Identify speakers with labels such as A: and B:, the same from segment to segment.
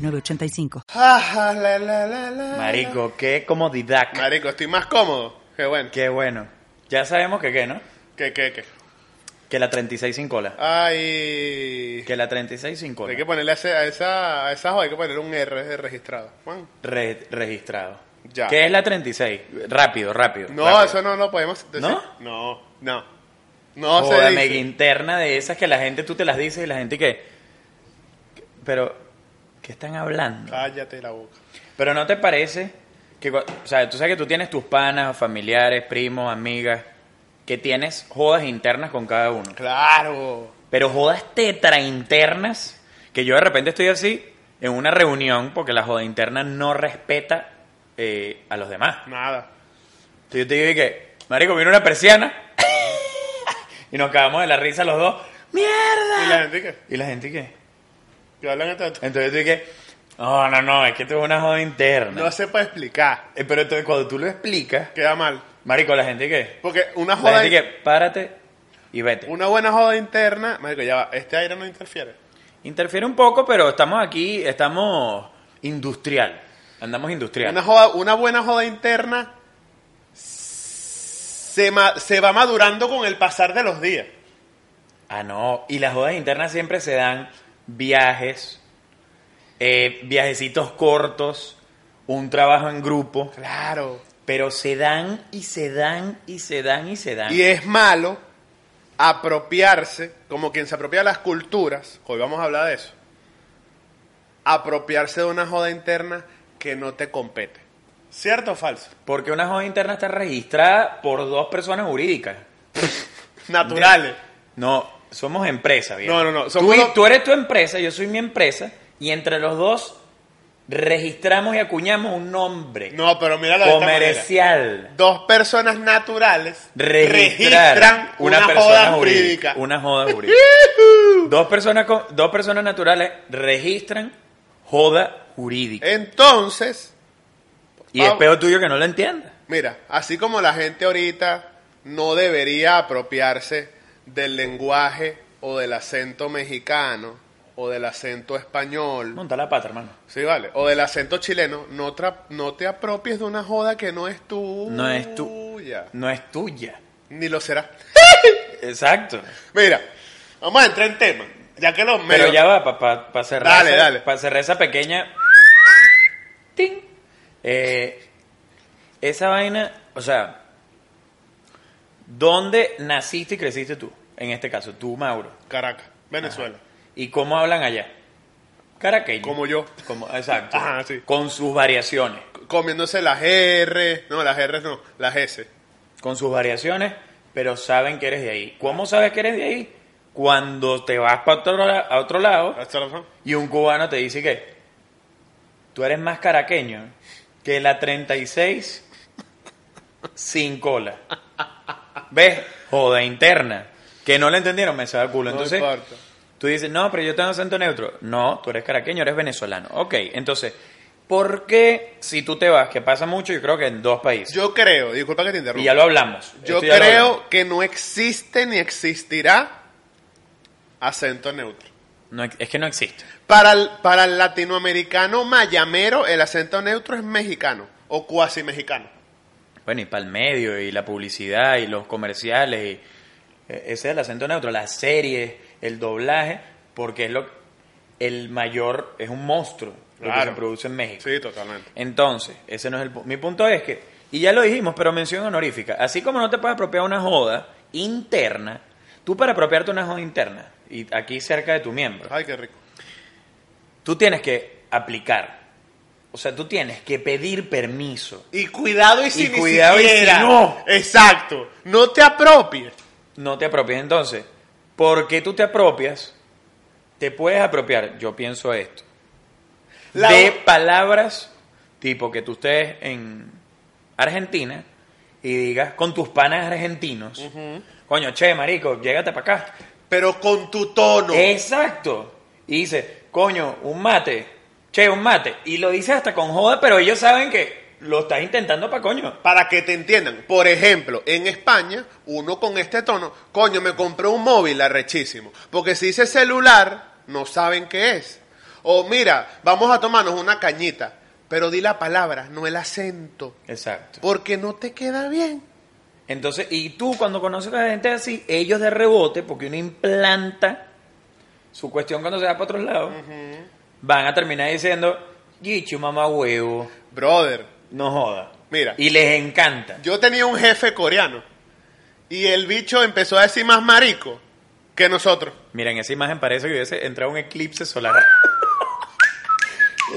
A: 985.
B: Ah, la, la, la, la.
C: Marico, qué comodidad.
B: Marico, estoy más cómodo. Qué bueno.
C: Qué bueno. Ya sabemos que qué, ¿no?
B: ¿Qué, qué, qué?
C: Que la 36 sin cola.
B: Ay.
C: Que la 36 sin cola.
B: Hay que ponerle a, ese- a esa, a esa joda, hay que poner un R de registrado. Juan.
C: Re- registrado.
B: Ya.
C: ¿Qué es la 36? Rápido, rápido.
B: No,
C: rápido.
B: eso no lo podemos decir.
C: ¿No?
B: No, no. No
C: Joda,
B: se
C: mega
B: dice.
C: interna de esas que la gente tú te las dices y la gente que. Pero, ¿qué están hablando?
B: Cállate la boca.
C: Pero no te parece que, cua- o sea, tú sabes que tú tienes tus panas, familiares, primos, amigas, que tienes jodas internas con cada uno.
B: Claro.
C: Pero jodas tetrainternas, que yo de repente estoy así en una reunión porque la joda interna no respeta eh, a los demás.
B: Nada.
C: Entonces yo te digo que, marico, vino una persiana y nos cagamos de la risa los dos.
B: ¿Y la
C: ¡Mierda!
B: gente qué?
C: ¿Y la gente qué?
B: Que hablan tanto.
C: Entonces yo dije, no, no, no, es que esto es una joda interna.
B: No sepa explicar.
C: Eh, Pero entonces cuando tú lo explicas,
B: Queda mal.
C: marico, la gente qué?
B: Porque una
C: La
B: joda,
C: gente que, párate y vete.
B: una buena joda interna, marico, ya va, este aire no interfiere.
C: Interfiere un poco, pero estamos aquí, estamos industrial. Andamos industrial.
B: Una, joda- una buena joda interna se, ma- se va madurando con el pasar de los días.
C: Ah, no. Y las jodas internas siempre se dan viajes, eh, viajecitos cortos, un trabajo en grupo.
B: Claro.
C: Pero se dan y se dan y se dan y se dan.
B: Y es malo apropiarse, como quien se apropia de las culturas, hoy vamos a hablar de eso, apropiarse de una joda interna que no te compete. ¿Cierto o falso?
C: Porque una joda interna está registrada por dos personas jurídicas.
B: Naturales.
C: No, somos empresa, viejo.
B: No, no, no,
C: Tú,
B: somos
C: y-
B: los-
C: tú eres tu empresa, yo soy mi empresa, y entre los dos registramos y acuñamos un nombre
B: No, pero mira la
C: comercial.
B: Dos personas naturales
C: Registrar
B: registran una, joda jurídica.
C: Una joda jurídica. dos, personas con- dos personas naturales registran joda jurídica.
B: Eh, Entonces,
C: y es
B: favor.
C: peor tuyo que no lo entiendas.
B: Mira, así como la gente ahorita no debería apropiarse del lenguaje o del acento mexicano o del acento español,
C: Monta la pata, hermano.
B: sí vale, o del acento chileno, no, tra- no te apropies de una joda que no es tuya.
C: No es tu- No es tuya.
B: Ni lo será.
C: Exacto.
B: Mira, vamos a entrar en tema, ya que los
C: Pero
B: medios-
C: ya va, para cerrar,
B: Dale,
C: esa,
B: dale.
C: pa cerrar esa pequeña. Ting. Eh, esa vaina, o sea, ¿dónde naciste y creciste tú? En este caso, tú, Mauro.
B: Caracas, Venezuela.
C: ¿Y cómo hablan allá? Caraqueño.
B: Como yo.
C: Como, exacto.
B: Ajá, sí.
C: Con sus variaciones.
B: Comiéndose las R, no, las R no, las S.
C: Con sus variaciones, pero saben que eres de ahí. ¿Cómo sabes que eres de ahí? Cuando te vas para otro, la- a otro lado
B: Hasta la-
C: y un cubano te dice que tú eres más caraqueño que la 36 sin cola. ¿Ves? Joda interna. Que no la entendieron, me sabe el culo.
B: No
C: Entonces,
B: importa.
C: Tú dices, no, pero yo tengo acento neutro. No, tú eres caraqueño, eres venezolano. Ok, entonces, ¿por qué si tú te vas, que pasa mucho, yo creo que en dos países,
B: Yo creo, disculpa que te
C: y
B: interrumpa.
C: ya lo hablamos.
B: Yo
C: esto ya lo hablamos.
B: creo que no existe ni existirá acento neutro.
C: No, es que no existe.
B: Para el, para el latinoamericano mayamero, el acento neutro es mexicano o cuasi mexicano.
C: Bueno, y para el medio, y la publicidad, y los comerciales, y eh, ese es el acento neutro, las series, el doblaje, porque es lo el mayor, es un monstruo lo que
B: Claro.
C: se produce en México.
B: Sí, totalmente.
C: Entonces, ese no es el punto. Mi punto es que, y ya lo dijimos, pero mención honorífica, así como no te puedes apropiar una joda interna, tú para apropiarte una joda interna, y aquí cerca de tu miembro,
B: Ay, qué rico.
C: tú tienes que aplicar. O sea, tú tienes que pedir permiso.
B: Y cuidado y si ni
C: cuidado y si
B: siquiera.
C: no.
B: Exacto. No te apropies.
C: No te apropies entonces. Porque tú te apropias, te puedes apropiar. Yo pienso esto.
B: La-
C: de palabras tipo que tú estés en Argentina y digas con tus panas argentinos, coño, che, marico, llégate para acá.
B: Pero con tu tono.
C: Exacto. Y dice, coño, un mate, che, un mate. Y lo dice hasta con joda, pero ellos saben que lo estás intentando para coño.
B: Para que te entiendan. Por ejemplo, en España, uno con este tono, coño, me compré un móvil arrechísimo. Porque si dice celular, no saben qué es. O mira, vamos a tomarnos una cañita. Pero di la palabra, no el acento.
C: Exacto.
B: Porque no te queda bien.
C: Entonces, y tú cuando conoces a la gente así, ellos de rebote, porque uno implanta su cuestión cuando se va para otros lados, van a terminar diciendo, Gichu, mamá huevo,
B: Brother,
C: no joda.
B: Mira.
C: Y les encanta.
B: yo tenía un jefe coreano. Y el bicho empezó a decir más marico que nosotros.
C: Mira, en esa imagen parece que hubiese entrado un eclipse solar.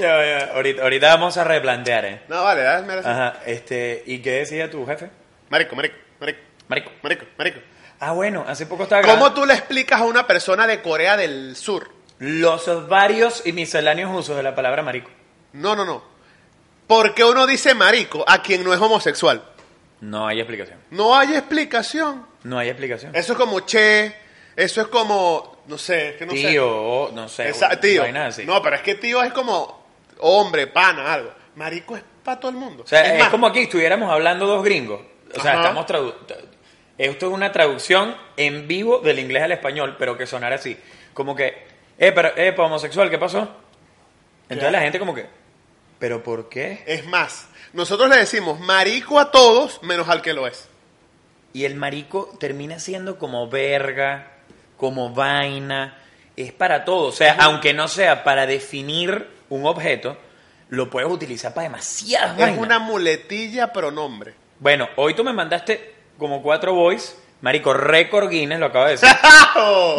C: Ya, ya, Ahorita, ahorita vamos a replantear, ¿eh?
B: No, vale, dame la-
C: Ajá, este, ¿y qué decía tu jefe?
B: Marico, marico, marico,
C: Marico.
B: marico, marico.
C: Ah, bueno, hace poco estaba grabando-
B: ¿Cómo tú le explicas a una persona de Corea del Sur?
C: Los varios y misceláneos usos de la palabra marico.
B: No, no, no. Porque uno dice marico a quien no es homosexual.
C: No hay explicación.
B: No hay explicación.
C: No hay explicación.
B: Eso es como che, eso es como, no sé, es que no sé.
C: tío, o no sé.
B: Esa-
C: una
B: tío.
C: vaina así.
B: No, pero es que tío es como hombre, pana, algo. Marico es para todo el mundo.
C: o sea, es,
B: más,
C: como aquí estuviéramos hablando dos gringos. O sea,
B: Ajá.
C: estamos tradu- tra- Esto es una traducción en vivo del inglés al español, pero que sonara así. Como que, eh, pero, eh, pa' homosexual, ¿qué pasó? Entonces
B: Ya.
C: la gente como que, ¿pero por qué?
B: Es más, nosotros le decimos marico a todos menos al que lo es.
C: Y el marico termina siendo como verga, como vaina. Es para todo. O sea, aunque no sea para definir un objeto, lo puedes utilizar para demasiadas
B: Es
C: vainas.
B: una muletilla pronombre.
C: Bueno, hoy tú me mandaste como cuatro boys. Marico, récord Guinness, lo acabo de decir.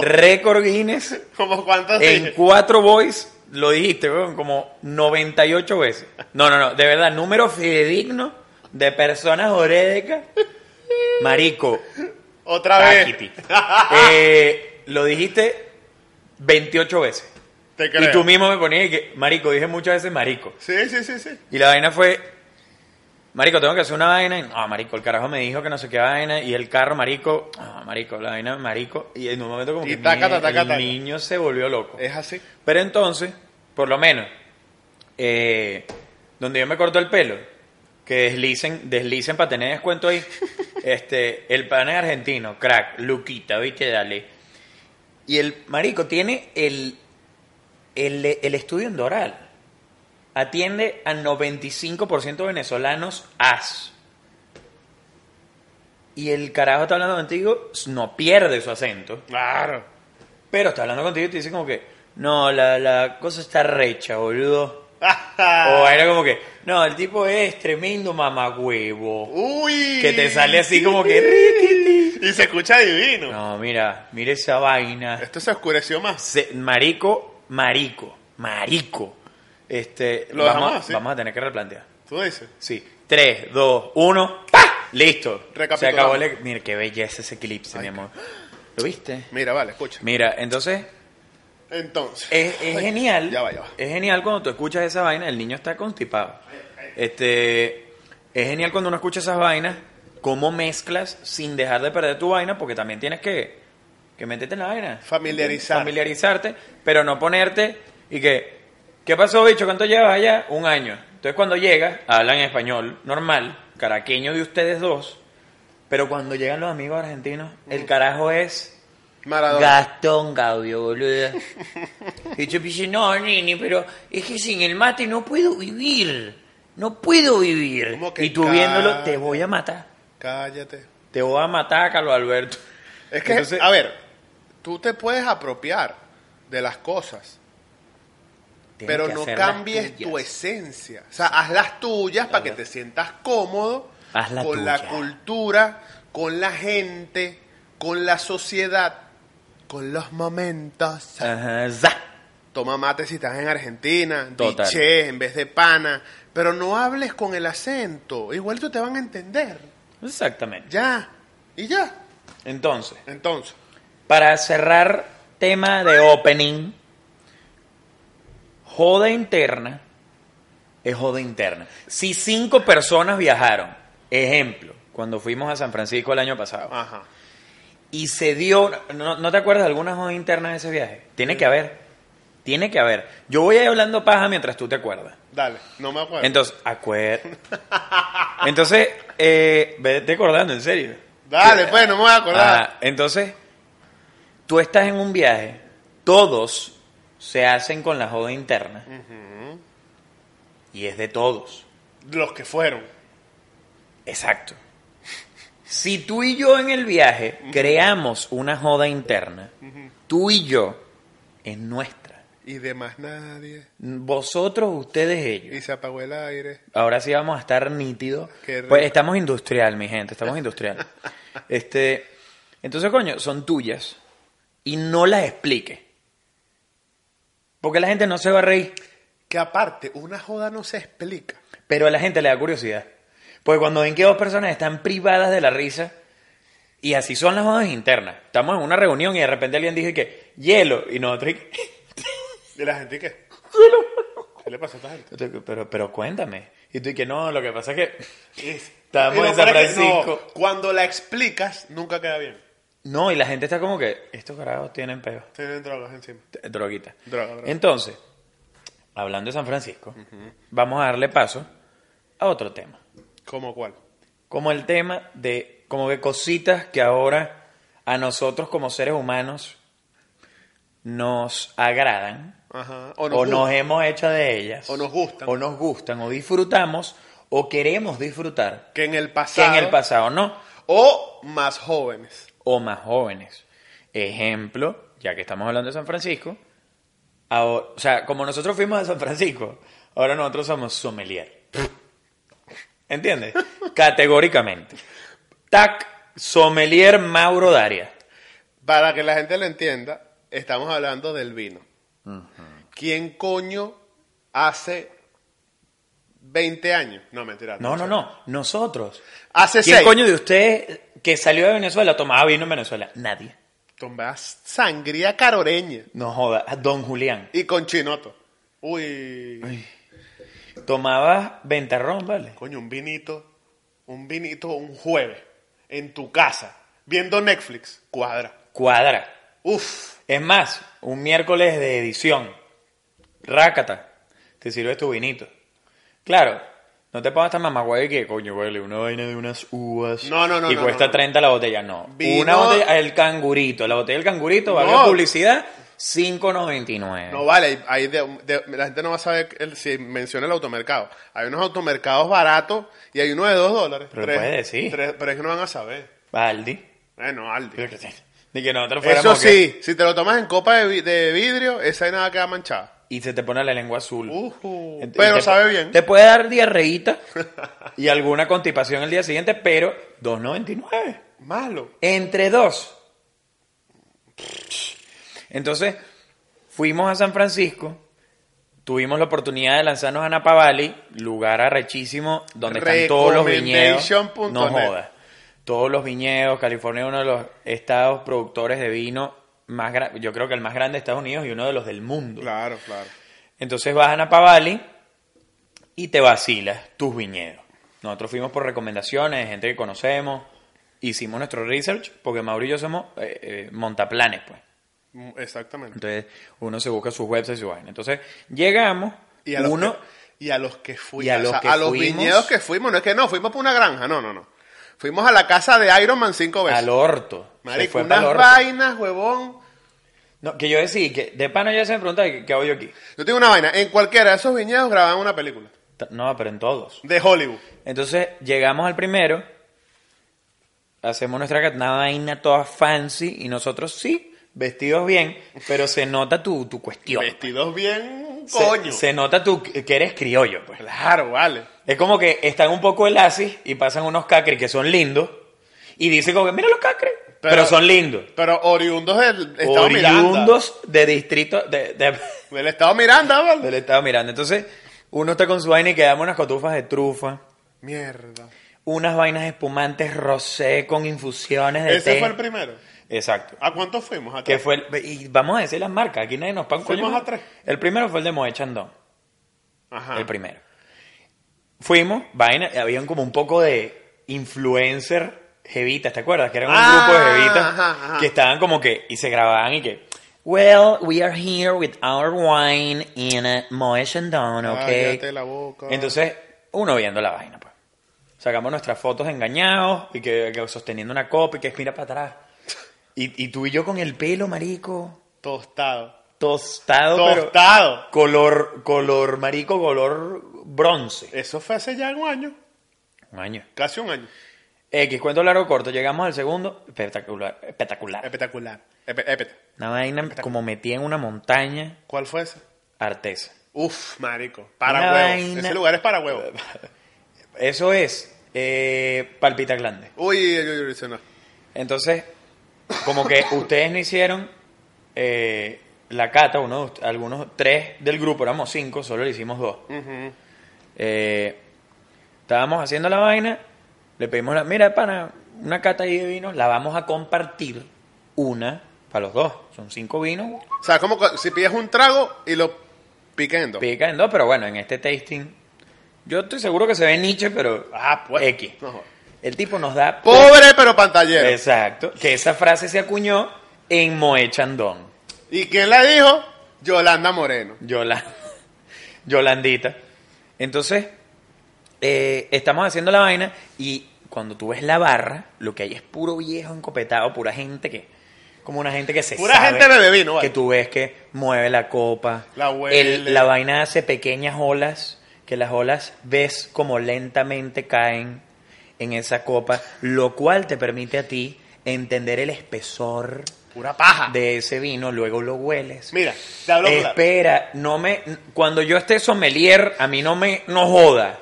C: récord Guinness
B: ¿Cómo cuántas
C: en cuatro boys. Lo dijiste, weón, como 98 veces. No, no, no, de verdad, número fidedigno de personas orédicas. Marico,
B: Otra vez.
C: Taquiti. Eh, lo dijiste 28 veces.
B: Te
C: Y
B: creo.
C: tú mismo me ponías y que, marico, dije muchas veces marico.
B: Sí, sí, sí, sí.
C: Y la vaina fue, marico, tengo que hacer una vaina. Y, No, marico, el carajo me dijo que no sé qué vaina. Y el carro, marico, ah, marico, la vaina, marico. Y en un momento como
B: Y
C: que
B: taca,
C: mie-
B: taca,
C: el
B: taca.
C: niño se volvió loco.
B: Es así.
C: Pero entonces, por lo menos, eh, donde yo me corto el pelo, que deslicen, deslicen para tener descuento ahí, este, el pan es argentino, crack, Luquita, viste, dale. Y el marico tiene el, el, el estudio en Doral. Atiende al 95% de venezolanos as. Y el carajo está hablando contigo, no pierde su acento.
B: Claro.
C: Pero está hablando contigo y te dice como que, no, la, la cosa está recha, boludo. O
B: Ah.
C: era como que, no, el tipo es tremendo mamagüevo.
B: Uy.
C: Que te sale así como que... "Ri, ti, ti".
B: Y se escucha divino.
C: No, mira, mira esa vaina.
B: Esto se oscureció más.
C: Se- marico, marico, marico. Este,
B: Lo
C: vamos,
B: dejamos así.
C: vamos a tener que replantear.
B: Tú dices.
C: Sí. 3, 2, 1, ¡pa! Listo. Se
B: Recapitulamos.
C: acabó el... e- Mira, qué belleza ese eclipse, mi amor. ¿Lo viste?
B: Mira, vale, escucha.
C: Mira, entonces...
B: Entonces.
C: Es, es
B: Ay,
C: genial.
B: Ya va, ya va.
C: Es genial cuando tú escuchas esa vaina, el niño está constipado. Este, es genial cuando uno escucha esas vainas, cómo mezclas sin dejar de perder tu vaina, porque también tienes que, que meterte en la vaina.
B: Familiarizar.
C: Familiarizarte, pero no ponerte y que, ¿qué pasó, bicho? ¿Cuánto llevas allá? Un año. Entonces cuando llegas, hablan en español, normal, caraqueño de ustedes dos, pero cuando llegan los amigos argentinos, el carajo es...
B: Maradona.
C: Gastón Gaudio, boludo. Y yo dije, no, nene, pero es que sin el mate no puedo vivir. No puedo vivir.
B: ¿Cómo que
C: Y tú viéndolo,
B: ca-
C: te voy a matar.
B: Cállate.
C: Te voy a matar, Carlos Alberto.
B: Es que,
C: Entonces-
B: a ver, tú te puedes apropiar de las cosas,
C: Tienes
B: pero
C: que
B: no
C: hacer las
B: cambies
C: tuyas.
B: tu esencia. O sea, haz las tuyas para que te sientas cómodo
C: Haz la
B: con
C: tuya.
B: la cultura, con la gente, con la sociedad, con los momentos.
C: Ajá, za.
B: Toma mate si estás en Argentina, di
C: Total.
B: che en vez de pana, pero no hables con el acento, igual tú te van a entender.
C: Exactamente.
B: Ya, y ya.
C: Entonces,
B: Entonces,
C: para cerrar tema de opening, joda interna es joda interna. Si cinco personas viajaron, ejemplo, cuando fuimos a San Francisco el año pasado,
B: Ajá.
C: y se dio, ¿no, no te acuerdas de alguna joda interna de ese viaje? Tiene que haber, tiene que haber. Yo voy a ir hablando paja mientras tú te acuerdas.
B: Dale, no me acuerdo.
C: Entonces, acuer... Entonces, eh, vete acordando, en serio.
B: Dale, pues, no me voy a acordar.
C: Ah, entonces, tú estás en un viaje, todos se hacen con la joda interna. Y es de todos.
B: Los que fueron.
C: Exacto. Si tú y yo en el viaje creamos una joda interna, tú y yo es nuestra.
B: Y de más nadie.
C: Vosotros, ustedes, ellos.
B: Y se apagó el aire.
C: Ahora sí vamos a estar nítidos.
B: Qué rico.
C: Pues estamos industrial, mi gente, estamos industrial. este, entonces, coño, son tuyas y no las expliques. Porque la gente no se va a reír,
B: Que aparte, una joda no se explica.
C: pero a la gente le da curiosidad. Porque cuando ven que dos personas están privadas de la risa, y así son las jodas internas. Estamos en una reunión y de repente alguien dice que hielo, y nosotros, y que,
B: ¿Y la gente qué? ¿Qué le pasó a esta gente?
C: pero, pero, pero cuéntame. Y tú y que no, lo que pasa es que
B: Es-
C: Estamos
B: Y lo
C: en San
B: peor es que no,
C: Francisco.
B: cuando la explicas, nunca queda bien.
C: No, y la gente está como que estos carajos tienen peo,
B: Tienen drogas encima.
C: t- droguita.
B: Droga, droga.
C: Entonces, hablando de San Francisco, vamos a darle paso a otro tema.
B: ¿Cómo cuál?
C: Como el tema de, como que cositas que ahora a nosotros como seres humanos nos agradan
B: Ajá.
C: o nos,
B: no
C: hemos hecho de ellas
B: O nos gustan.
C: o nos gustan o disfrutamos o queremos disfrutar
B: Que en el
C: que
B: pasado.
C: en el pasado no
B: O más jóvenes.
C: o más jóvenes. Ejemplo, ya que estamos hablando de San Francisco, ahora- o sea, como nosotros fuimos a San Francisco, ahora nosotros somos sommelier. ¿Entiendes? Categóricamente. Tac, sommelier Mauro Daria.
B: Para que la gente lo entienda, estamos hablando del vino. ¿Quién coño hace 20 años? No, mentira.
C: No, no,
B: sé.
C: no, nosotros.
B: Hace
C: ¿Quién
B: 6.
C: coño de ustedes que salió de Venezuela tomaba vino en Venezuela? Nadie.
B: Tomás sangría caroreña.
C: No joda, Don Julián.
B: Y con chinoto. Uy.
C: Tomaba ventarrón, ¿vale?
B: Coño, un vinito. Un vinito un jueves. En tu casa. Viendo Netflix. Cuadra.
C: Cuadra.
B: Uf.
C: Es más, un miércoles de edición. Rácata. Te sirves tu vinito. Claro, no te pongas tan mamagüey que, coño, huele una vaina de unas uvas.
B: No, no, no,
C: Y
B: no,
C: cuesta
B: no, no.
C: 30 la botella. No.
B: Vino-
C: Una botella, el cangurito. La botella del cangurito,
B: No.
C: valga publicidad, 5.99.
B: No vale. hay- hay de- de- la gente no va a saber el- si menciona el automercado. Hay unos automercados baratos y hay uno de 2 dólares.
C: Pero
B: tres,
C: puede, sí.
B: tres, pero es que no van a saber.
C: Baldi.
B: Bueno, Aldi.
C: De que nosotros
B: Eso
C: fuéramos que-
B: sí, si te lo tomas en copa de, vi- de vidrio, esa de nada queda manchada.
C: Y se te pone la lengua azul.
B: Ujú.
C: Ent-
B: pero
C: te-
B: sabe bien.
C: Te puede dar diarreíta y alguna constipación el día siguiente, pero 2.99.
B: Malo.
C: Entre dos. Entonces, fuimos a San Francisco, tuvimos la oportunidad de lanzarnos a Napa Valley, lugar arrechísimo donde están todos los viñedos.
B: Recommendation.net.
C: No jodas. Todos los viñedos, California es uno de los estados productores de vino más grande, yo creo que el más grande de Estados Unidos y uno de los del mundo.
B: Claro, claro.
C: Entonces vas a Napa Valley y te vacilas tus viñedos. Nosotros fuimos por recomendaciones de gente que conocemos, hicimos nuestro research, porque Mauro y yo somos eh, eh, montaplanes, pues.
B: Mm, Exactamente.
C: Entonces uno se busca sus websites y su vaina. Entonces llegamos,
B: Y a los
C: uno,
B: que, y a los que fuimos,
C: y a
B: o
C: los
B: sea,
C: que
B: a los
C: fuimos-
B: viñedos que fuimos, no es que no, fuimos por una granja, no, no, no. Fuimos a la casa de Iron Man cinco veces.
C: al orto. Se
B: pues. Marico,
C: fue
B: unas
C: pa'l orto.
B: vainas, huevón.
C: No, que yo decía, que de pano ya se me preguntaba, ¿qué, qué hago yo aquí?
B: Yo tengo una vaina, en cualquiera de esos viñedos grababan una película
C: Ta- No, pero en todos.
B: de Hollywood.
C: Entonces llegamos al primero, hacemos nuestra ca- una vaina toda fancy y nosotros sí, vestidos bien, pero se nota tu, tu cuestión.
B: Vestidos bien,
C: Se-
B: coño.
C: Se, nota tu, que eres criollo, pues.
B: Claro, vale.
C: Es como que están un poco el asis y pasan unos cacres que son lindos y dicen como que mira los cacres, pero, son lindos.
B: Pero oriundos del estado Miranda.
C: Oriundos de distrito, de- de,
B: Del estado Miranda, vale.
C: del estado mirando. Entonces, uno está con su vaina y quedamos unas cotufas de trufa.
B: Mierda.
C: unas vainas espumantes rosé con infusiones de
B: Ese
C: té.
B: fue el primero.
C: Exacto.
B: ¿A cuántos fuimos? ¿A
C: Que
B: tres?
C: fue el- y vamos a decir las marcas, aquí nadie nos paga un coño
B: Fuimos
C: más.
B: a tres.
C: El primero fue el de Moe Chandon,
B: Ajá.
C: el primero. Fuimos, vaina, habían como un poco de influencer jevitas, ¿te acuerdas? Que eran un
B: Ah,
C: grupo de jevitas
B: ajá, ajá.
C: que estaban como que, y se grababan y que, well, we are here with our wine in a Moët and Down, okay.
B: Cállate Ah, la boca.
C: Entonces, uno viendo la vaina, pues. Sacamos nuestras fotos engañados y que, que sosteniendo una copa y que mira para atrás. Y, y tú y yo con el pelo, marico,
B: Tostado.
C: tostado, pero-
B: Tostado.
C: color, color marico, color bronce.
B: Eso fue hace ya un año.
C: Un año.
B: Casi un año.
C: X, cuento largo corto, llegamos al segundo, espectacular, espectacular.
B: Espectacular. Epe- épeta.
C: Una vaina como metida en una montaña,
B: ¿Cuál fue ese?
C: artesa.
B: Uf, marico. Para
C: Una
B: huevo.
C: vaina.
B: Ese lugar es para huevo.
C: Eso es eh, palpita grande.
B: Uy, yo, yo, yo, no.
C: Entonces, como que ustedes no hicieron eh, la cata, uno, de ust- algunos tres del grupo, éramos cinco, solo le hicimos dos.
B: Ujú.
C: Eh, estábamos haciendo la vaina, le pedimos, la, mira, pana, una cata ahí de vino, la vamos a compartir una para los dos. Son cinco vinos,
B: O sea, como cu- si pides un trago y lo piques en dos.
C: pica en dos, pero bueno, en este tasting, yo estoy seguro que se ve Nietzsche, pero
B: Ah, pues.
C: X.
B: No jodas.
C: El tipo nos da...
B: Pobre pero pantallero.
C: Exacto, que esa frase se acuñó en Moe Chandón.
B: ¿Y quién la dijo? Yolanda Moreno.
C: Yola- Yolandita. Entonces, eh, estamos haciendo la vaina y cuando tú ves la barra, lo que hay es puro viejo encopetado, pura gente que. Como una gente que se
B: Pura
C: sabe
B: gente bebe vino, vale.
C: Que tú ves que mueve la copa.
B: La huele.
C: el- la vaina hace pequeñas olas, que las olas ves como lentamente caen en esa copa, lo cual te permite a ti entender el espesor
B: Pura paja.
C: de ese vino, luego lo hueles.
B: Mira, te hablo claro.
C: Espera, no me cuando yo esté sommelier, a mí no me no joda.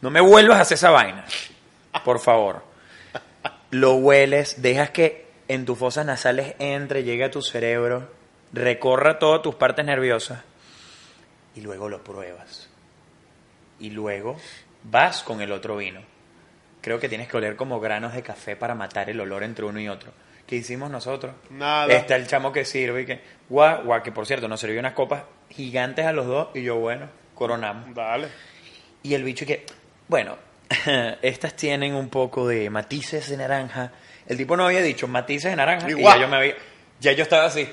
C: No me vuelvas a hacer esa vaina. Por favor. Lo hueles, dejas que en tus fosas nasales entre, llegue a tu cerebro, recorra todas tus partes nerviosas y luego lo pruebas. Y luego vas con el otro vino. Creo que tienes que oler como granos de café para matar el olor entre uno y otro. ¿Qué hicimos nosotros? Este
B: Nada.
C: Está el chamo que sirve y que. Guau, guau, que por cierto, nos sirvió unas copas gigantes a los dos y yo, bueno, coronamos.
B: Dale.
C: Y el bicho y que, bueno, estas tienen un poco de matices de naranja. El tipo no había dicho matices de naranja
B: Y
C: y,
B: guau.
C: ya yo me había. Ya yo estaba así.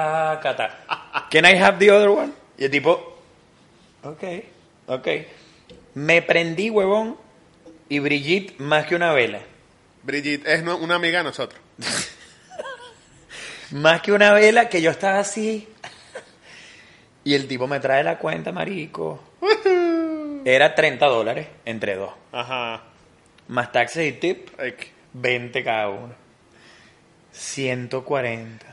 C: Chacata. Can I have the other one? Y el tipo, ok, ok. Me prendí, huevón, y Brigitte más que una vela.
B: Brigitte es no- una amiga de nosotros.
C: Más que una vela que yo estaba así. Y el tipo me trae la cuenta, marico. Era 30 dólares entre dos.
B: Ajá.
C: Más taxes y tip,
B: Ay,
C: 20 cada uno. 140.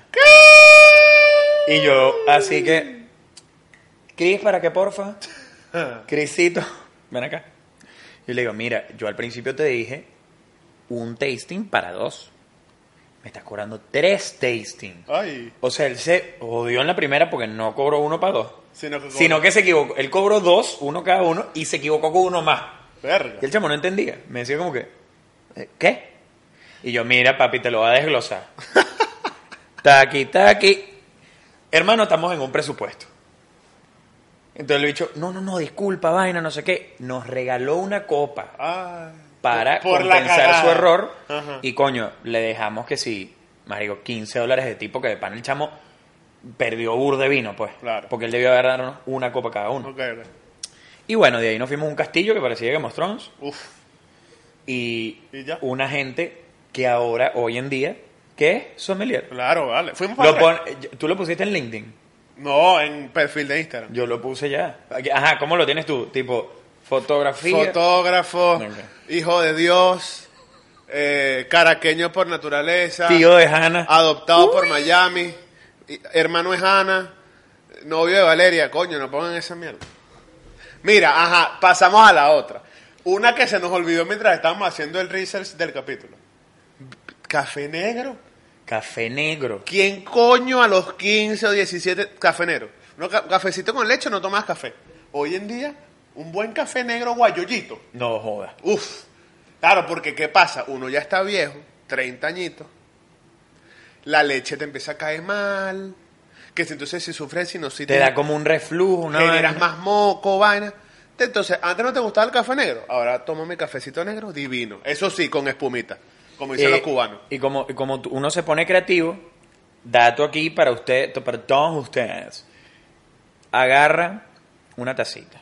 C: Y yo, así que... Cris, ¿para qué, porfa? Crisito, ven acá. Yo le digo, mira, yo al principio te dije un tasting para dos. Me estás cobrando tres tastings.
B: Ay.
C: O sea, él se jodió en la primera porque no cobró uno para dos.
B: Sino que-
C: Sino que se equivocó. Él cobró dos, uno cada uno, y se equivocó con uno más.
B: Verga.
C: Y el chamo no entendía. Me decía como que, "¿Eh, ¿qué? Y yo, mira, papi, te lo va a desglosar. taqui, taqui. Hermano, estamos en un presupuesto. Entonces le he dicho, no, no, no, disculpa, vaina, no sé qué. Nos regaló una copa
B: Ay.
C: para
B: Por la
C: compensar
B: cagada.
C: su error.
B: Ajá.
C: Y coño, le dejamos que si, marico, 15 dólares de tipo que de pan el chamo perdió bur de vino, pues.
B: Claro.
C: Porque él debió agarrarnos una copa cada uno.
B: Ok, ok.
C: Y bueno, de ahí nos fuimos a un castillo que parecía Game of Thrones.
B: Uf.
C: Y,
B: ¿Y ya?
C: una gente que ahora, hoy en día, que es sommelier.
B: Claro, vale. Fuimos para
C: Lo
B: atrás.
C: pon- tú lo pusiste en LinkedIn.
B: No, en perfil de Instagram.
C: Yo lo puse ya. Aquí- Ajá, ¿cómo lo tienes tú? Tipo, fotografía.
B: Fotógrafo,
C: Ok.
B: hijo de Dios, eh, caraqueño por naturaleza,
C: Tío de Hannah.
B: adoptado por Miami, y- hermano es Ana, novio de Valeria, coño, no pongan esa mierda. Mira, ajá, pasamos a la otra. Una que se nos olvidó mientras estábamos haciendo el research del capítulo. Café negro.
C: Café negro.
B: ¿Quién coño a los 15 o 17 cafeneros? No, ca- cafecito con leche no tomas café. Hoy en día, un buen café negro guayollito.
C: No jodas.
B: Uf. Claro, porque ¿qué pasa? Uno ya está viejo, 30 añitos. La leche te empieza a caer mal. Que si entonces si sufres
C: Te
B: sinusitis,
C: da como un reflujo, una
B: generas
C: vaina.
B: más moco, vaina. Entonces, antes no te gustaba el café negro, ahora tomo mi cafecito negro divino. Eso sí, con espumita, como dicen
C: Eh,
B: Pues los cubanos.
C: Y como, y como tú- uno se pone creativo, dato aquí para usted, to- para todos ustedes. Agarra una tacita,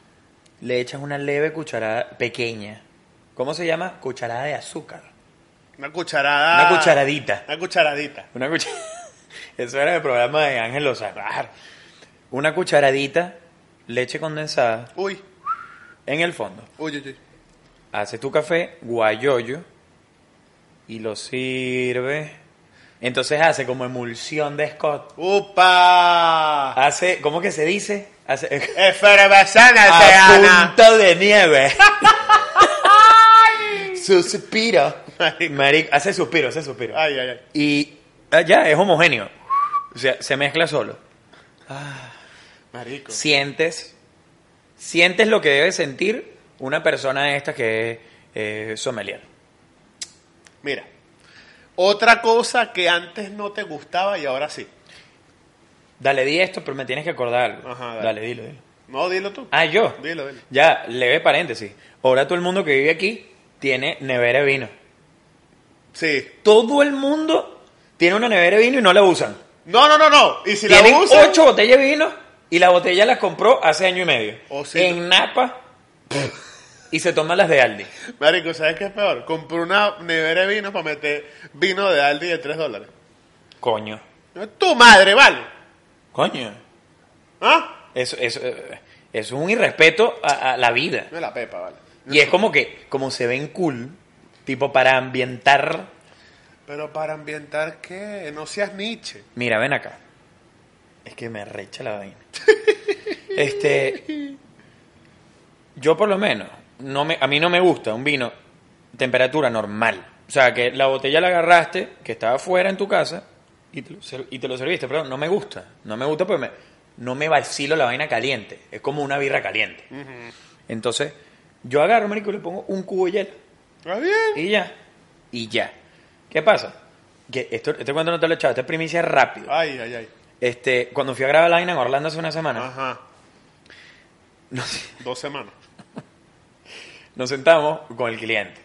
C: le echas una leve cucharada pequeña. ¿Cómo se llama? Cucharada de azúcar.
B: Una cucharada.
C: Una cucharadita.
B: Una cucharadita.
C: Una cuchara- Eso era el programa de Ángel Lozano. Una cucharadita, leche condensada
B: Uy,
C: en el fondo.
B: uy, uy, uy.
C: Haces tu café guayoyo y lo sirve. Entonces hace como emulsión de Scott.
B: ¡Upa!
C: Hace, ¿cómo que se dice? Hace,
B: Efervescente,
C: a
B: Ana.
C: punto de nieve. suspiro.
B: Marico.
C: Marico, hace suspiro, hace suspiro.
B: Ay, ay, ay.
C: Y ah, ya, es homogéneo. O sea, se mezcla solo.
B: Marico.
C: Sientes, sientes lo que debe sentir una persona de estas que es eh, sommelier.
B: Mira, otra cosa que antes no te gustaba y ahora sí.
C: Dale, di esto, pero me tienes que acordar algo.
B: Ajá, dale.
C: dale. dilo, dilo.
B: No, dilo tú.
C: Ah, yo.
B: Dilo, dilo.
C: Ya, leve paréntesis. Ahora todo el mundo que vive aquí tiene nevera de vino.
B: Sí.
C: Todo el mundo tiene una nevera de vino y no la usan.
B: No, no, no, no. Y si
C: Tienen
B: la usas.
C: ocho botellas de vino y la botella las compró hace año y medio.
B: Oh, sí.
C: En Napa y se toman las de Aldi.
B: Marico, ¿sabes qué es peor? Compré una nevera de vino para meter vino de Aldi de 3 dólares.
C: Coño.
B: Tu madre, vale.
C: Coño.
B: ¿Ah?
C: Eso, eso, eh, eso es un irrespeto a, a la vida.
B: No es la pepa, vale.
C: Y es como que, como se ven cool, tipo para ambientar.
B: Pero para ambientar, ¿qué? No seas Nietzsche.
C: Mira, ven acá. Es que me recha la vaina. Este. Yo, por lo menos, no me, a mí no me gusta un vino temperatura normal. O sea, que la botella la agarraste, que estaba fuera en tu casa, y te lo, ser- y te lo serviste. Pero no me gusta. No me gusta porque me- no me vacilo la vaina caliente. Es como una birra caliente. Entonces, yo agarro, marico, y le pongo un cubo de hielo.
B: Está bien.
C: Y ya. Y ya. ¿Qué pasa? Que esto, este cuento no te lo he echado, esta es primicia rápido.
B: Ay, ay, ay.
C: Este, cuando fui a grabar la vaina en Orlando hace una semana,
B: Ajá.
C: nos,
B: Dos semanas.
C: nos sentamos con el cliente.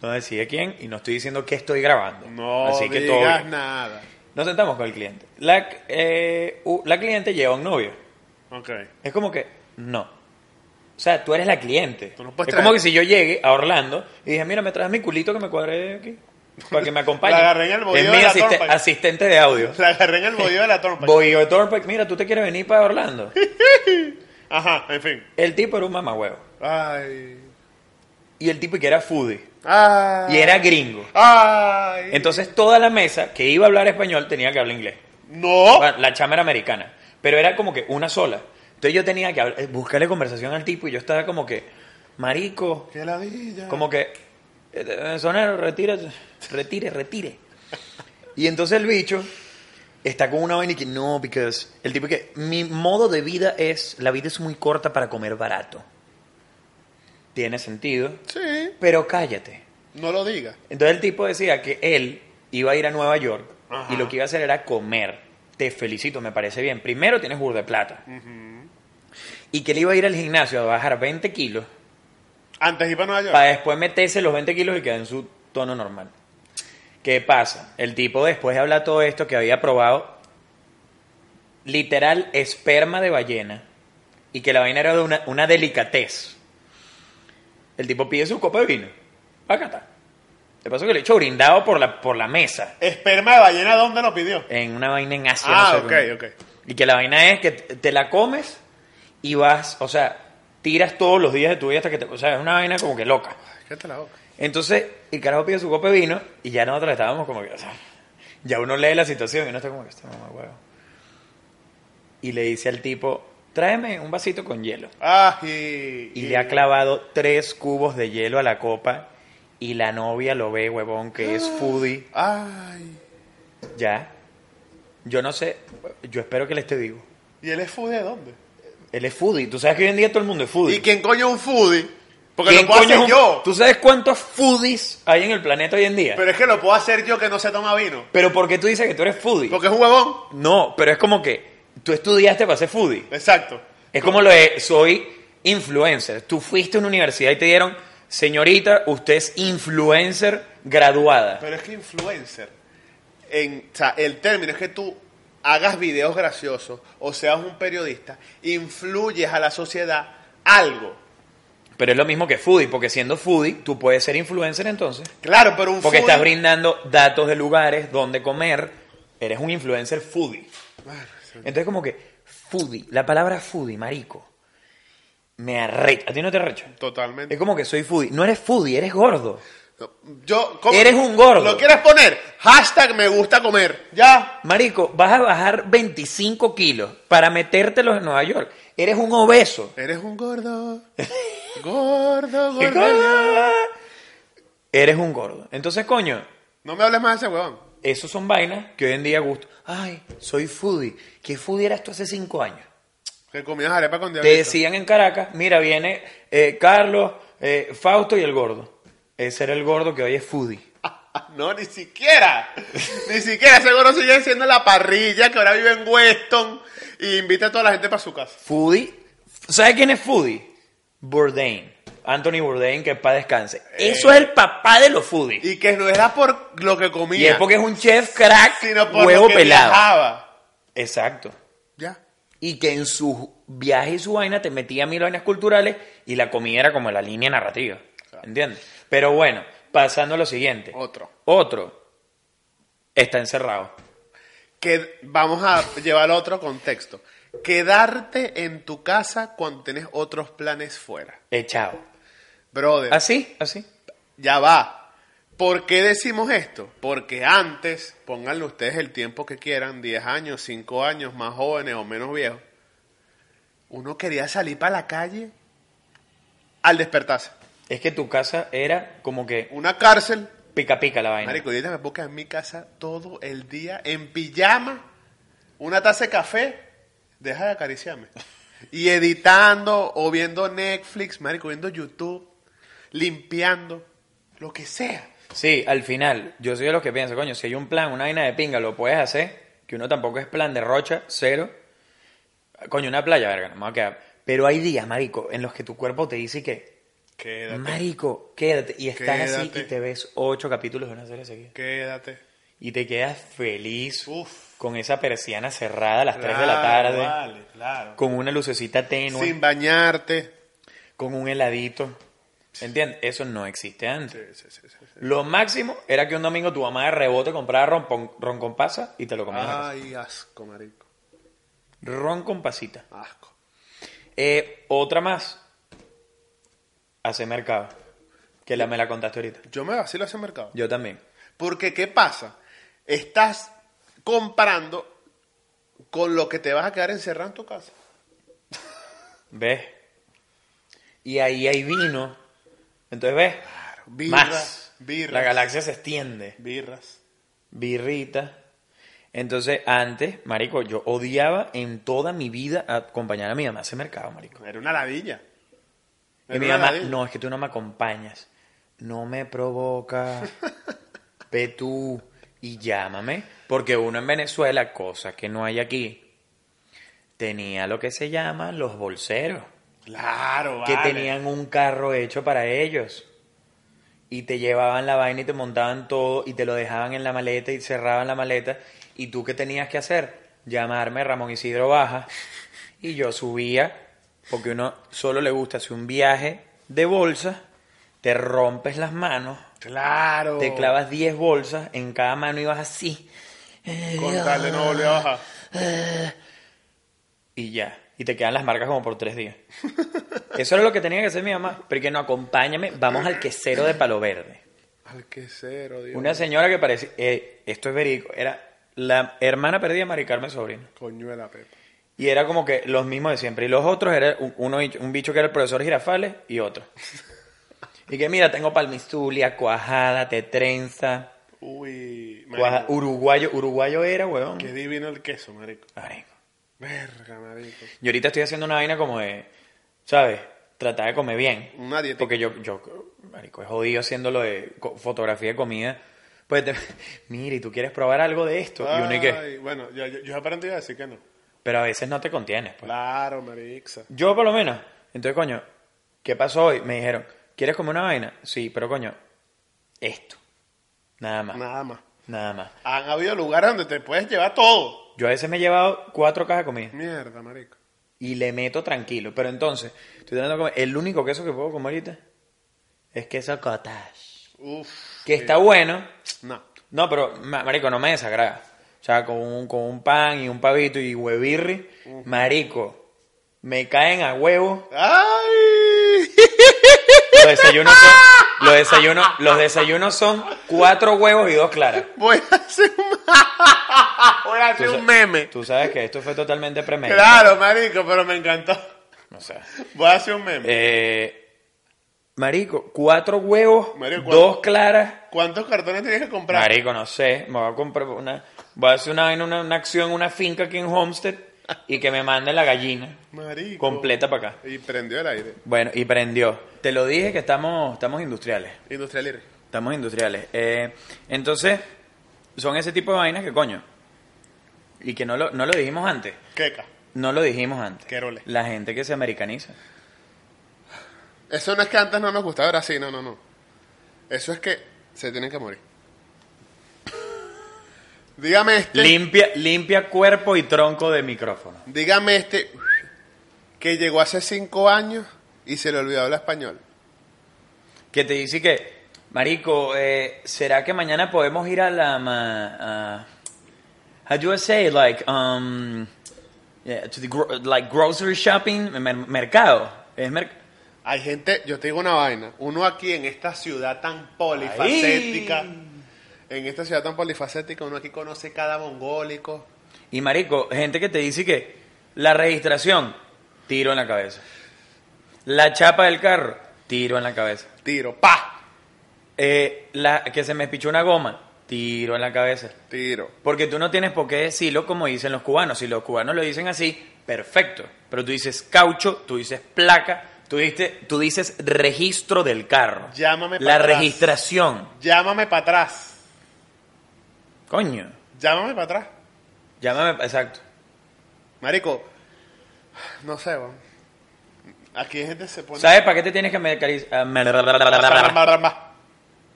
C: No decía quién y no estoy diciendo que estoy grabando.
B: No
C: Así que todo
B: digas
C: bien.
B: nada.
C: Nos sentamos con el cliente. La, eh, u- la cliente lleva un novio.
B: Ok.
C: Es como que, no. O sea, tú eres la cliente.
B: Tú no
C: es
B: puedes
C: como
B: traer-
C: que si yo llegue a Orlando y dije, mira, me traes mi culito que me cuadré aquí. Para que me acompañe.
B: La agarré en el
C: es
B: bolillo
C: mi
B: de la
C: asiste-
B: torpa.
C: asistente de audio.
B: La agarré en el bollo de la trompa.
C: Boy de Thornpack, mira, tú te quieres venir para Orlando.
B: Ajá, en fin.
C: El tipo era un mamahuevo.
B: Ay.
C: Y el tipo que era foodie.
B: Ay.
C: Y era gringo.
B: Ay.
C: Entonces toda la mesa que iba a hablar español tenía que hablar inglés.
B: No.
C: Bueno, la chama era americana. Pero era como que una sola. Entonces yo tenía que habl- eh, buscarle conversación al tipo y yo estaba como que, marico,
B: Qué ladilla.
C: como que, eh, sonero, retira, retire, retire. Y entonces el bicho está con una vaina y que no, because el tipo que mi modo de vida es, la vida es muy corta para comer barato. Tiene sentido,
B: Sí.
C: pero cállate.
B: No lo digas.
C: Entonces el tipo decía que él iba a ir a Nueva York
B: Ajá.
C: y lo que iba a hacer era comer. Te felicito, me parece bien. Primero tienes burda de plata. Y que él iba a ir al gimnasio a bajar 20 kilos
B: Antes iba a Nueva York.
C: para después meterse los 20 kilos y quedar en su tono normal. ¿Qué pasa? El tipo después de hablar todo esto que había probado, literal esperma de ballena y que la vaina era de una, una delicatez. El tipo pide su copa de vino. Acá está. De paso que le echó brindado por la, por la mesa.
B: Esperma de ballena, ¿dónde lo pidió?
C: En una vaina en Asia.
B: Ah,
C: no sé
B: ok,
C: cómo.
B: ok.
C: Y que la vaina es que te te la comes y vas, o sea, tiras todos los días de tu vida hasta que te... O sea, es una vaina como que loca.
B: Cállate la boca.
C: Entonces, el carajo pide su copa de vino y ya nosotros estábamos como que, o sea, ya uno lee la situación y uno está como que, está mamá huevo. Y le dice al tipo, tráeme un vasito con hielo.
B: Ah, y,
C: Y le ha clavado tres cubos de hielo a la copa y la novia lo ve, huevón, que es foodie.
B: Ay.
C: Ya. Yo no sé, yo espero que él esté vivo.
B: ¿Y él es foodie de dónde?
C: Él es foodie. Tú sabes que hoy en día todo el mundo es foodie.
B: ¿Y quién coño es un foodie? Porque
C: ¿Quién
B: lo puedo
C: coño
B: hacer
C: es un-
B: yo.
C: ¿Tú sabes cuántos foodies hay en el planeta hoy en día? Pero,
B: Pero es que lo puedo hacer yo que no se toma vino.
C: ¿por qué tú dices que tú eres foodie?
B: Porque es un huevón.
C: No, pero es como que tú estudiaste para ser foodie.
B: Exacto.
C: Es como lo de soy influencer. Tú fuiste a una universidad y te dieron, señorita, usted es influencer graduada.
B: Pero es que influencer, en, o sea, el término es que tú hagas videos graciosos o seas un periodista, influyes a la sociedad algo.
C: Pero es lo mismo que foodie, porque siendo foodie, tú puedes ser influencer entonces.
B: Claro, pero un
C: Porque
B: foodie-
C: estás brindando datos de lugares donde comer. Eres un influencer foodie. Entonces, como que foodie, la palabra foodie, marico, me arrecha. ¿A ti no te arrecha?
B: Totalmente.
C: Es como que soy foodie. No eres foodie, eres gordo.
B: Yo, ¿cómo?
C: Eres un gordo.
B: ¿Lo quieres poner? Hashtag me gusta comer. Ya.
C: Marico, vas a bajar 25 kilos para metértelos en Nueva York. Eres un obeso.
B: Eres un gordo. Gordo, gordo.
C: Eres un gordo. Entonces, coño,
B: No me hables más de ese huevón.
C: esos son vainas que hoy en día gusto. Ay, soy foodie. ¿Qué foodie eras tú hace 5 años?
B: Que comías arepa con
C: Te
B: diabetes.
C: decían en Caracas, mira, viene eh, Carlos, eh, Fausto y el gordo. Ese era el gordo que hoy es foodie.
B: No, ni siquiera. ni siquiera. Seguro sigue siendo la parrilla que ahora vive en Weston y invita a toda la gente para su casa.
C: Foodie. ¿Sabes quién es foodie? Bourdain. Anthony Bourdain, que para descanse. Eso es el papá de los foodies.
B: Y que no era por lo que comía,
C: Y es porque es un chef crack,
B: sino por
C: huevo
B: lo que
C: pelado.
B: viajaba.
C: Exacto.
B: Ya.
C: Y que en su viaje y su vaina te metía mil vainas culturales y la comida era como la línea narrativa. ¿Entiendes? Pero bueno, pasando a lo siguiente.
B: Otro.
C: Otro. Está encerrado.
B: Que vamos a llevar a otro contexto. Quedarte en tu casa cuando tienes otros planes fuera.
C: Echado.
B: Brother,
C: Así, así.
B: ya va. ¿Por qué decimos esto? Porque antes, pónganle ustedes el tiempo que quieran, 10 años, 5 años, más jóvenes o menos viejos, uno quería salir para la calle al despertarse.
C: Es que tu casa era como que
B: Una cárcel.
C: pica pica la vaina.
B: Marico, yo me puedo quedar en mi casa todo el día en pijama, una taza de café, deja de acariciarme. Y editando o viendo Netflix, marico, viendo YouTube, limpiando, lo que sea.
C: Sí, al final, yo soy de los que pienso, coño, si hay un plan, una vaina de pinga, lo puedes hacer, que uno tampoco es plan de rocha, cero. Coño, una playa, verga, no me voy a quedar. Pero hay días, marico, en los que tu cuerpo te dice que,
B: Quédate,
C: marico, quédate, y estás así
B: Quédate.
C: y te ves ocho capítulos de una serie seguida.
B: quédate.
C: Y te quedas feliz
B: Uf.
C: con esa persiana cerrada a las tres de la tarde,
B: Vale, claro.
C: con una lucecita tenue.
B: Sin bañarte.
C: con un heladito. ¿Entiendes? Eso no existe antes.
B: Sí, sí, sí, sí.
C: Lo máximo era que un domingo tu mamá de rebote compraba ron, pon- ron con pasa y te lo comías. en la casa.
B: Ay, asco, marico.
C: Ron con pasita.
B: Asco.
C: Eh, otra más. Hacer mercado. Que la, me la contaste ahorita.
B: Yo me vacilo a ese mercado.
C: Yo también.
B: Porque, ¿qué pasa? Estás comprando con lo que te vas a quedar encerrado en tu casa.
C: ¿Ves? Y ahí hay vino. Entonces, ¿ves?
B: birra,
C: más.
B: birra.
C: La galaxia se extiende.
B: Birras.
C: birrita. Entonces, antes, marico, yo odiaba en toda mi vida acompañar a mi mamá a ese mercado, marico.
B: Era una ladilla.
C: Y mi mamá, no, es que tú no me acompañas. No me provoca. Ve tú y llámame. Porque uno en Venezuela, cosa que no hay aquí, tenía lo que se llaman los bolseros.
B: Claro,
C: Que
B: vale.
C: tenían un carro hecho para ellos. Y te llevaban la vaina y te montaban todo y te lo dejaban en la maleta y cerraban la maleta. ¿Y tú qué tenías que hacer? Llamarme Ramón Isidro Baja. Y yo subía, porque uno solo le gusta hacer un viaje de bolsa, te rompes las manos,
B: Claro.
C: te clavas 10 bolsas, en cada mano ibas así.
B: Con tal de no volver a bajar.
C: y ya. Y te quedan las marcas como por tres días. Eso era lo que tenía que hacer mi mamá. Pero que no, acompáñame, vamos al quesero de Palo Verde.
B: Al que cero, Dios.
C: Una señora que parecía, eh, esto es verídico, era la hermana perdida de Mari Carmen Sobrino.
B: Coñuela, Pepa.
C: Y era como que los mismos de siempre. Y los otros era un, uno, un bicho que era el profesor Girafales y otro. Y que mira, tengo palmistulia, cuajada, te trenza,
B: Uy.
C: cuaja-
B: marico,
C: uruguayo, uruguayo era, huevón.
B: Qué divino el queso, marico.
C: Marico.
B: Verga, marico.
C: Y ahorita estoy haciendo una vaina como de, ¿sabes? Tratar de comer bien.
B: Una dieta.
C: Porque yo, yo, marico, es jodido haciendo lo de co- fotografía de comida. Pues, te- mira, y tú quieres probar algo de esto. Y uno y que,
B: Ay, Bueno, yo, yo, yo aprendí a decir que no.
C: pero a veces no te contienes. Pues.
B: Claro, marixa.
C: Yo, por lo menos, Entonces, coño, ¿qué pasó hoy? Me dijeron, ¿quieres comer una vaina? Sí, pero coño, esto. Nada más.
B: Nada más.
C: Nada más.
B: Han habido lugares donde te puedes llevar todo.
C: Yo a veces me he llevado cuatro cajas de comida
B: Mierda, marico.
C: y le meto tranquilo. Pero entonces, estoy tratando de comer. El único queso que puedo comer ahorita es queso cottage.
B: Uf.
C: Que está bueno.
B: No.
C: No, pero, ma- marico, no me desagrada. O sea, con un, con un pan y un pavito y huevirri, marico, me caen a huevo.
B: ¡Ay!
C: Los desayunos son, los desayunos, los desayunos son cuatro huevos y dos claras.
B: Voy a hacer un, Voy a hacer
C: Tú sa-
B: un meme.
C: Tú sabes que esto fue totalmente premeditado.
B: Claro, marico, pero me encantó.
C: O sea,
B: Voy a hacer un meme.
C: eh, marico, cuatro huevos,
B: Marico, ¿cuál?
C: dos claras.
B: ¿Cuántos cartones tienes que comprar?
C: Marico, no sé. Me voy a comprar una, voy a hacer una, vaina, una, una acción, una finca aquí en Homestead y que me mande la gallina
B: Marico.
C: completa para acá.
B: Y prendió el aire.
C: Bueno, y prendió. Te lo dije que estamos, estamos industriales.
B: Industrial aire.
C: Estamos industriales. Eh, entonces, son ese tipo de vainas que coño. Y que no lo, no lo dijimos antes.
B: Queca.
C: No lo dijimos antes.
B: Qué role.
C: La gente que se americaniza.
B: Eso no es que antes no nos gustaba, ahora sí, no, no, no. Eso es que se tienen que morir. Dígame este.
C: Limpia, limpia cuerpo y tronco de micrófono.
B: dígame este que llegó hace cinco años y se le olvidó hablar español.
C: Que te dice que, Marico, eh, ¿será que mañana podemos ir a la... ma- a- how do I say? Like, um, yeah, to the gro- like grocery shopping, mer- mercado. Es mercado.
B: Hay gente, yo te digo una vaina, uno aquí en esta ciudad tan polifacética, en esta ciudad tan polifacética, uno aquí conoce cada mongólico.
C: Y marico, gente que te dice que la registración, tiro en la cabeza. La chapa del carro, tiro en la cabeza.
B: Tiro, pa,
C: Eh, la, que se me pichó una goma, tiro en la cabeza.
B: tiro.
C: Porque tú no tienes por qué decirlo como dicen los cubanos. Si los cubanos lo dicen así, perfecto. Pero tú dices caucho, tú dices placa, tú, diste- tú dices registro del carro.
B: Llámame pa'
C: La
B: atrás.
C: registración.
B: Llámame para atrás,
C: Coño.
B: llámame para atrás.
C: Llámame, pa- exacto.
B: Marico, no sé, weón. aquí hay gente que se pone...
C: ¿Sabes para qué te tienes que americanizar?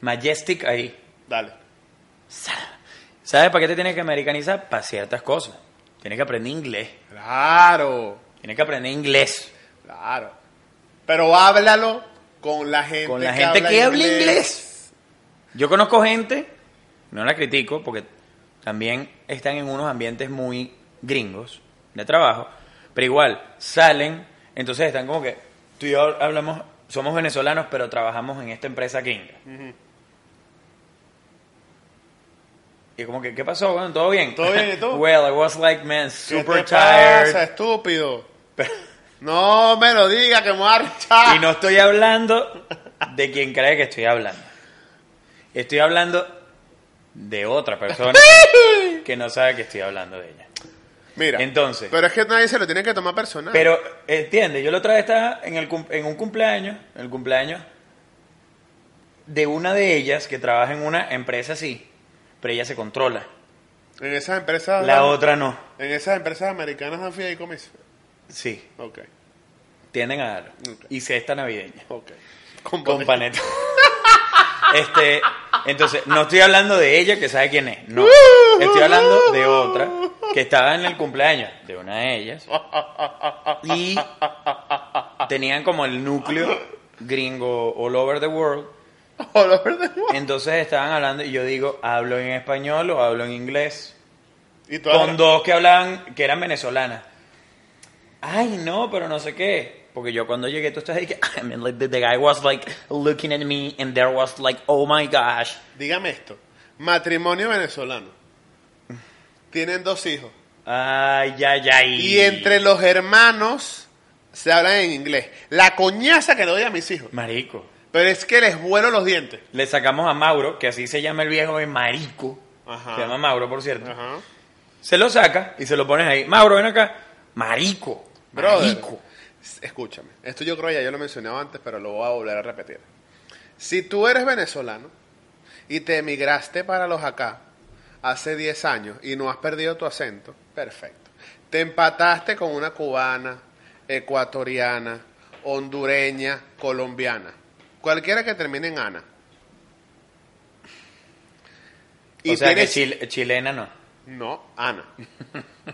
C: Majestic ahí.
B: Dale.
C: ¿Sabes para qué te tienes que americanizar? Para ciertas cosas. Tienes que aprender inglés.
B: Claro,
C: Tienes que aprender inglés.
B: claro. Pero háblalo con la gente
C: Con la gente que habla inglés. Yo conozco gente, no la critico, porque también están en unos ambientes muy gringos de trabajo, pero igual salen, entonces están como que tú y yo hablamos, somos venezolanos, pero trabajamos en esta empresa gringa. Y como que, ¿qué pasó? Bueno, ¿todo bien?
B: ¿Todo bien? ¿Y tú?
C: Well, I was like, man,
B: ¿Qué
C: super
B: te pasa,
C: tired.
B: estúpido? No me lo diga que me voy a arrechar.
C: Y no estoy hablando de quien cree que estoy hablando. Estoy hablando de otra persona que no sabe que estoy hablando de ella.
B: Mira,
C: Entonces.
B: Pero es que nadie se lo tiene que tomar personal.
C: Pero, entiende, yo la otra vez estaba en, el, cum- en un cumpleaños, en el cumpleaños de una de ellas que trabaja en una empresa así, pero ella se controla.
B: en esas empresas.
C: La otra no.
B: En esas empresas americanas dan fideicomiso.
C: Sí,
B: Ok,
C: tienden a darlo. Y cesta navideña.
B: ok. Con
C: Con
B: pan-
C: paneta. este, entonces, no estoy hablando de ella que sabe quién es. No. Estoy hablando de otra que estaba en el cumpleaños de una de ellas. Y tenían como el núcleo gringo all over the world.
B: All over the world.
C: Entonces estaban hablando y yo digo, hablo en español o hablo en inglés.
B: Y todas
C: Con dos que hablaban, que eran venezolanas. Ay, no, pero no sé qué. Porque yo cuando llegué, tú estás ahí que, I mean, like, the, the guy was like looking at me and there was like, oh my gosh.
B: Dígame esto. Matrimonio venezolano. Tienen dos hijos.
C: Ay, ay, ay.
B: Y entre los hermanos se hablan en inglés. La coñaza que le doy a mis hijos.
C: Marico.
B: Pero es que les vuelo los dientes.
C: Le sacamos a Mauro, que así se llama el viejo de Marico.
B: Ajá.
C: Se llama Mauro, por cierto.
B: Ajá.
C: Se lo saca y se lo pones ahí. Mauro, ven acá. Marico.
B: Brother.
C: Marico.
B: S- Escúchame. Esto yo creo ya yo lo he mencionado antes, pero lo voy a volver a repetir. Si tú eres venezolano y te emigraste para los acá hace 10 años y no has perdido tu acento, perfecto. Te empataste con una cubana, ecuatoriana hondureña, colombiana. Cualquiera que termine en Ana.
C: O sea que
B: tienes-
C: chil- chilena no.
B: No, Ana.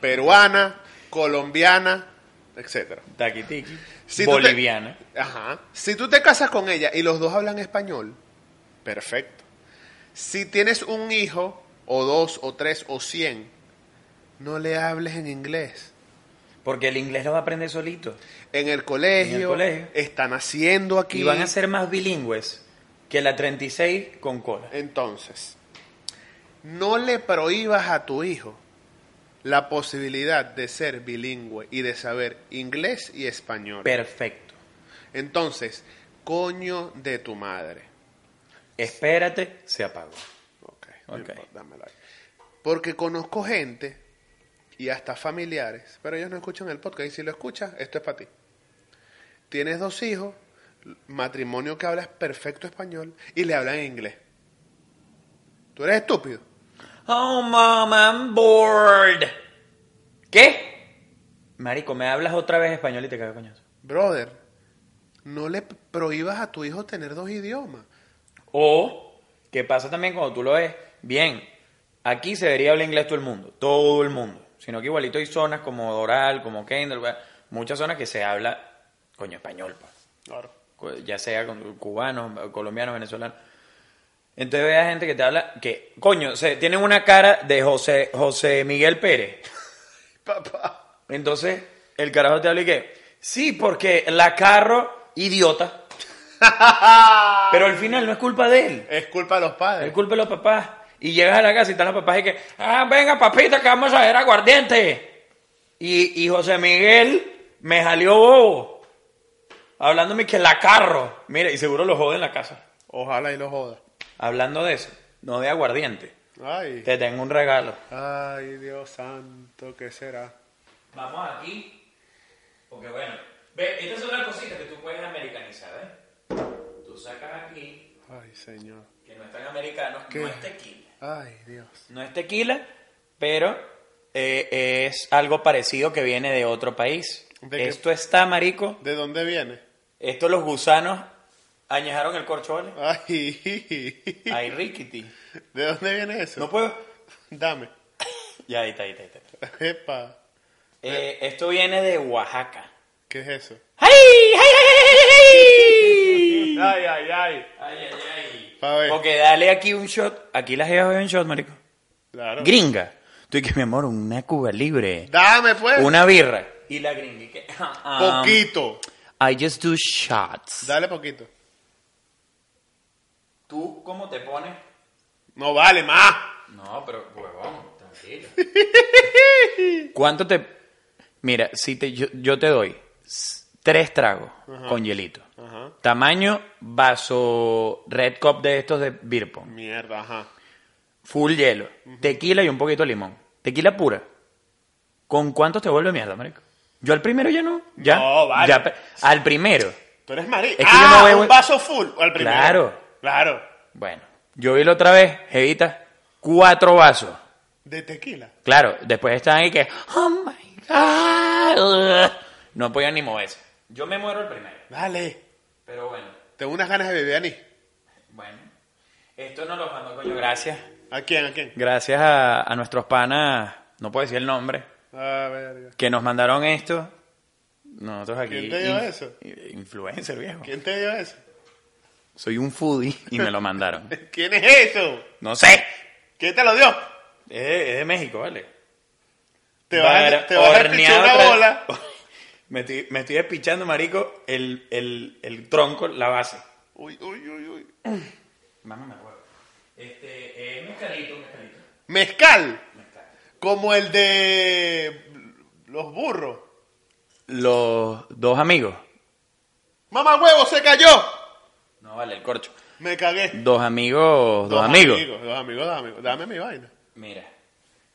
B: Peruana, colombiana, etcétera.
C: Taquitiqui.
B: Si tú te-
C: Boliviana.
B: Ajá. Si tú te casas con ella y los dos hablan español, perfecto. Si tienes un hijo, o dos, o tres, o cien, no le hables en inglés.
C: Porque el inglés lo va a aprender solito.
B: En el colegio,
C: colegio.
B: están haciendo aquí.
C: Y van a ser más bilingües que la 36 con cola.
B: Entonces, no le prohíbas a tu hijo la posibilidad de ser bilingüe y de saber inglés y español.
C: Perfecto.
B: Entonces, coño de tu madre.
C: Espérate, se apagó.
B: Ok, no
C: Ok.
B: importa, dámelo ahí. Porque conozco gente y hasta familiares, pero ellos no escuchan el podcast. Y si lo escuchas, esto es para ti. Tienes dos hijos, matrimonio que hablas perfecto español y le hablan inglés. Tú eres estúpido.
C: Oh, mom, I'm bored. ¿Qué? Marico, me hablas otra vez español y te cago coñazo.
B: Brother, no le prohíbas a tu hijo tener dos idiomas.
C: O, que pasa también cuando tú lo ves, bien, aquí se debería hablar inglés todo el mundo, todo el mundo. Sino que igualito hay zonas como Doral, como Kendall, wea, muchas zonas que se habla, coño, español, pa. Cu- ya sea con cubanos, colombianos, venezolanos. Entonces veas gente que te habla, que, coño, se, tienen una cara de José, José Miguel Pérez.
B: Papá.
C: Entonces, el carajo te habla y que, sí, porque la carro, idiota. Pero al final no es culpa de él.
B: Es culpa de los
C: Es
B: padres.
C: culpa de los papás. Y llegas a la casa y están los papás y que, ah, venga papita, que vamos a ver aguardiente. Y, y José Miguel me jalió bobo. Hablándome que la carro. Mira, y seguro lo jode en la casa.
B: Ojalá y lo joda.
C: Hablando de eso, no de aguardiente.
B: Ay.
C: Te tengo un regalo.
B: Ay, Dios santo, ¿qué será?
C: Vamos aquí, porque bueno, ve, estas son las cositas que tú puedes americanizar, ¿eh? Tú sacas aquí,
B: Ay, Señor.
C: que no están americanos,
B: ¿Qué?
C: no es tequila.
B: Ay, Dios.
C: No es tequila, pero eh, es algo parecido que viene de otro país.
B: ¿De qué?
C: Esto está, marico.
B: ¿De dónde viene?
C: Esto los gusanos añejaron el corcho, ¿vale?
B: Ay,
C: Ay, riquiti.
B: ¿de dónde viene eso?
C: No puedo.
B: Dame.
C: Ya, ahí está, ahí está. ahí está.
B: Epa,
C: Eh, esto viene de Oaxaca.
B: ¿qué es eso?
C: ¡Ay, ay, ay, ay, ay, ay!
B: Ay, ay, ay.
C: Ay, ay, ay.
B: Pa' ver.
C: Porque dale aquí un shot. Aquí las llevas un shot, marico.
B: Claro.
C: Gringa. Tú y que, mi amor, una Cuba libre.
B: Dame, pues.
C: Una birra. Y la gringa. y que, ah, ah,
B: Poquito.
C: I just do shots.
B: Dale poquito.
C: ¿Tú cómo te pones?
B: No vale más.
C: No, pero huevón, tranquilo. ¿Cuánto te...? Mira, si te, yo, yo te doy s- tres tragos con hielito.
B: Ajá.
C: Tamaño vaso red cup de estos de beer pong.
B: Mierda, ajá.
C: Full hielo. Tequila y un poquito de limón. Tequila pura. ¿Con cuántos te vuelve mierda, marico? Yo al primero ya no. Ya.
B: No, vale.
C: Ya pe- al primero.
B: Tú eres marido.
C: que yo
B: ah,
C: me voy a-
B: un vaso full. Al primero.
C: Claro.
B: Claro.
C: Bueno. Yo vi la otra vez, Jevita, cuatro vasos.
B: De tequila.
C: Claro, después estaban ahí que, oh my god, no podían ni moverse. Yo me muero el primero,
B: Dale.
C: pero bueno,
B: Tengo unas ganas de beber anís.
C: bueno. Esto no lo mando coño. Gracias.
B: ¿A quién? ¿A quién?
C: Gracias a, a nuestros panas, no puedo decir el nombre,
B: A ver.
C: que nos mandaron esto. Nosotros aquí.
B: ¿Quién te dio eso?
C: Influencer, viejo.
B: ¿Quién te dio eso?
C: Soy un foodie y me lo mandaron.
B: ¿Quién es eso?
C: No sé.
B: ¿Quién te lo dio?
C: Es de, es de México, ¿vale?
B: Te vas, a-
C: Bar-
B: te vas a
C: horneado
B: pichar una
C: tra-
B: bola.
C: Me estoy, me estoy despichando, marico, el, el, el tronco, la base.
B: Uy, uy, uy, uy.
C: Mámame huevo. Este, eh, mezcalito, mezcalito.
B: Mezcal. Como el de los burros.
C: Los dos amigos.
B: Mamá huevo, se cayó.
C: No vale el corcho.
B: Me cagué.
C: Dos amigos, dos, amigos.
B: Dos amigos, dos amigos. Dame mi vaina.
C: Mira,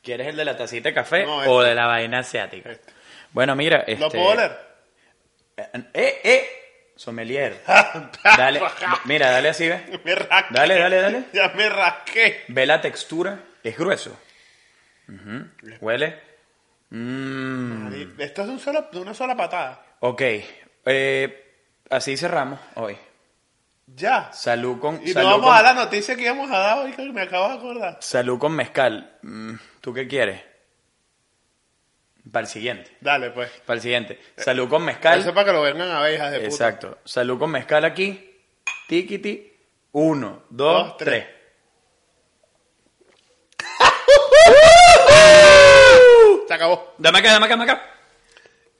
C: ¿quieres el de la tacita de café
B: No,
C: o
B: este.
C: de la vaina asiática?
B: Este.
C: Bueno, mira, este...
B: ¿Lo puedo oler?
C: Eh, eh, sommelier. Dale, mira, dale así, ¿ves?
B: Me rasqué.
C: Dale, dale, dale.
B: Ya me rasqué.
C: Ve la textura, es grueso. Ujú. Huele. Mmm... Mm.
B: Esto es de un solo- de una sola patada.
C: Ok. eh, Así cerramos hoy.
B: Ya.
C: Salud con.
B: Y nos
C: salud
B: vamos
C: con-
B: a la noticia que íbamos a dar hoy, que me acabo de acordar.
C: Salud con mezcal. Mm, ¿Tú qué quieres? Para el siguiente.
B: Dale, pues.
C: Para el siguiente. Salud con
B: Eso
C: mezcal.
B: es para que lo vengan a ver, hijas de puta.
C: Exacto. Salud con mezcal aquí. Tiquiti. Uno, dos,
B: Dos, tres.
C: tres.
B: Se acabó.
C: Dame acá, dame acá, dame acá.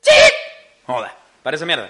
C: ¡Sí! Joda. Parece mierda.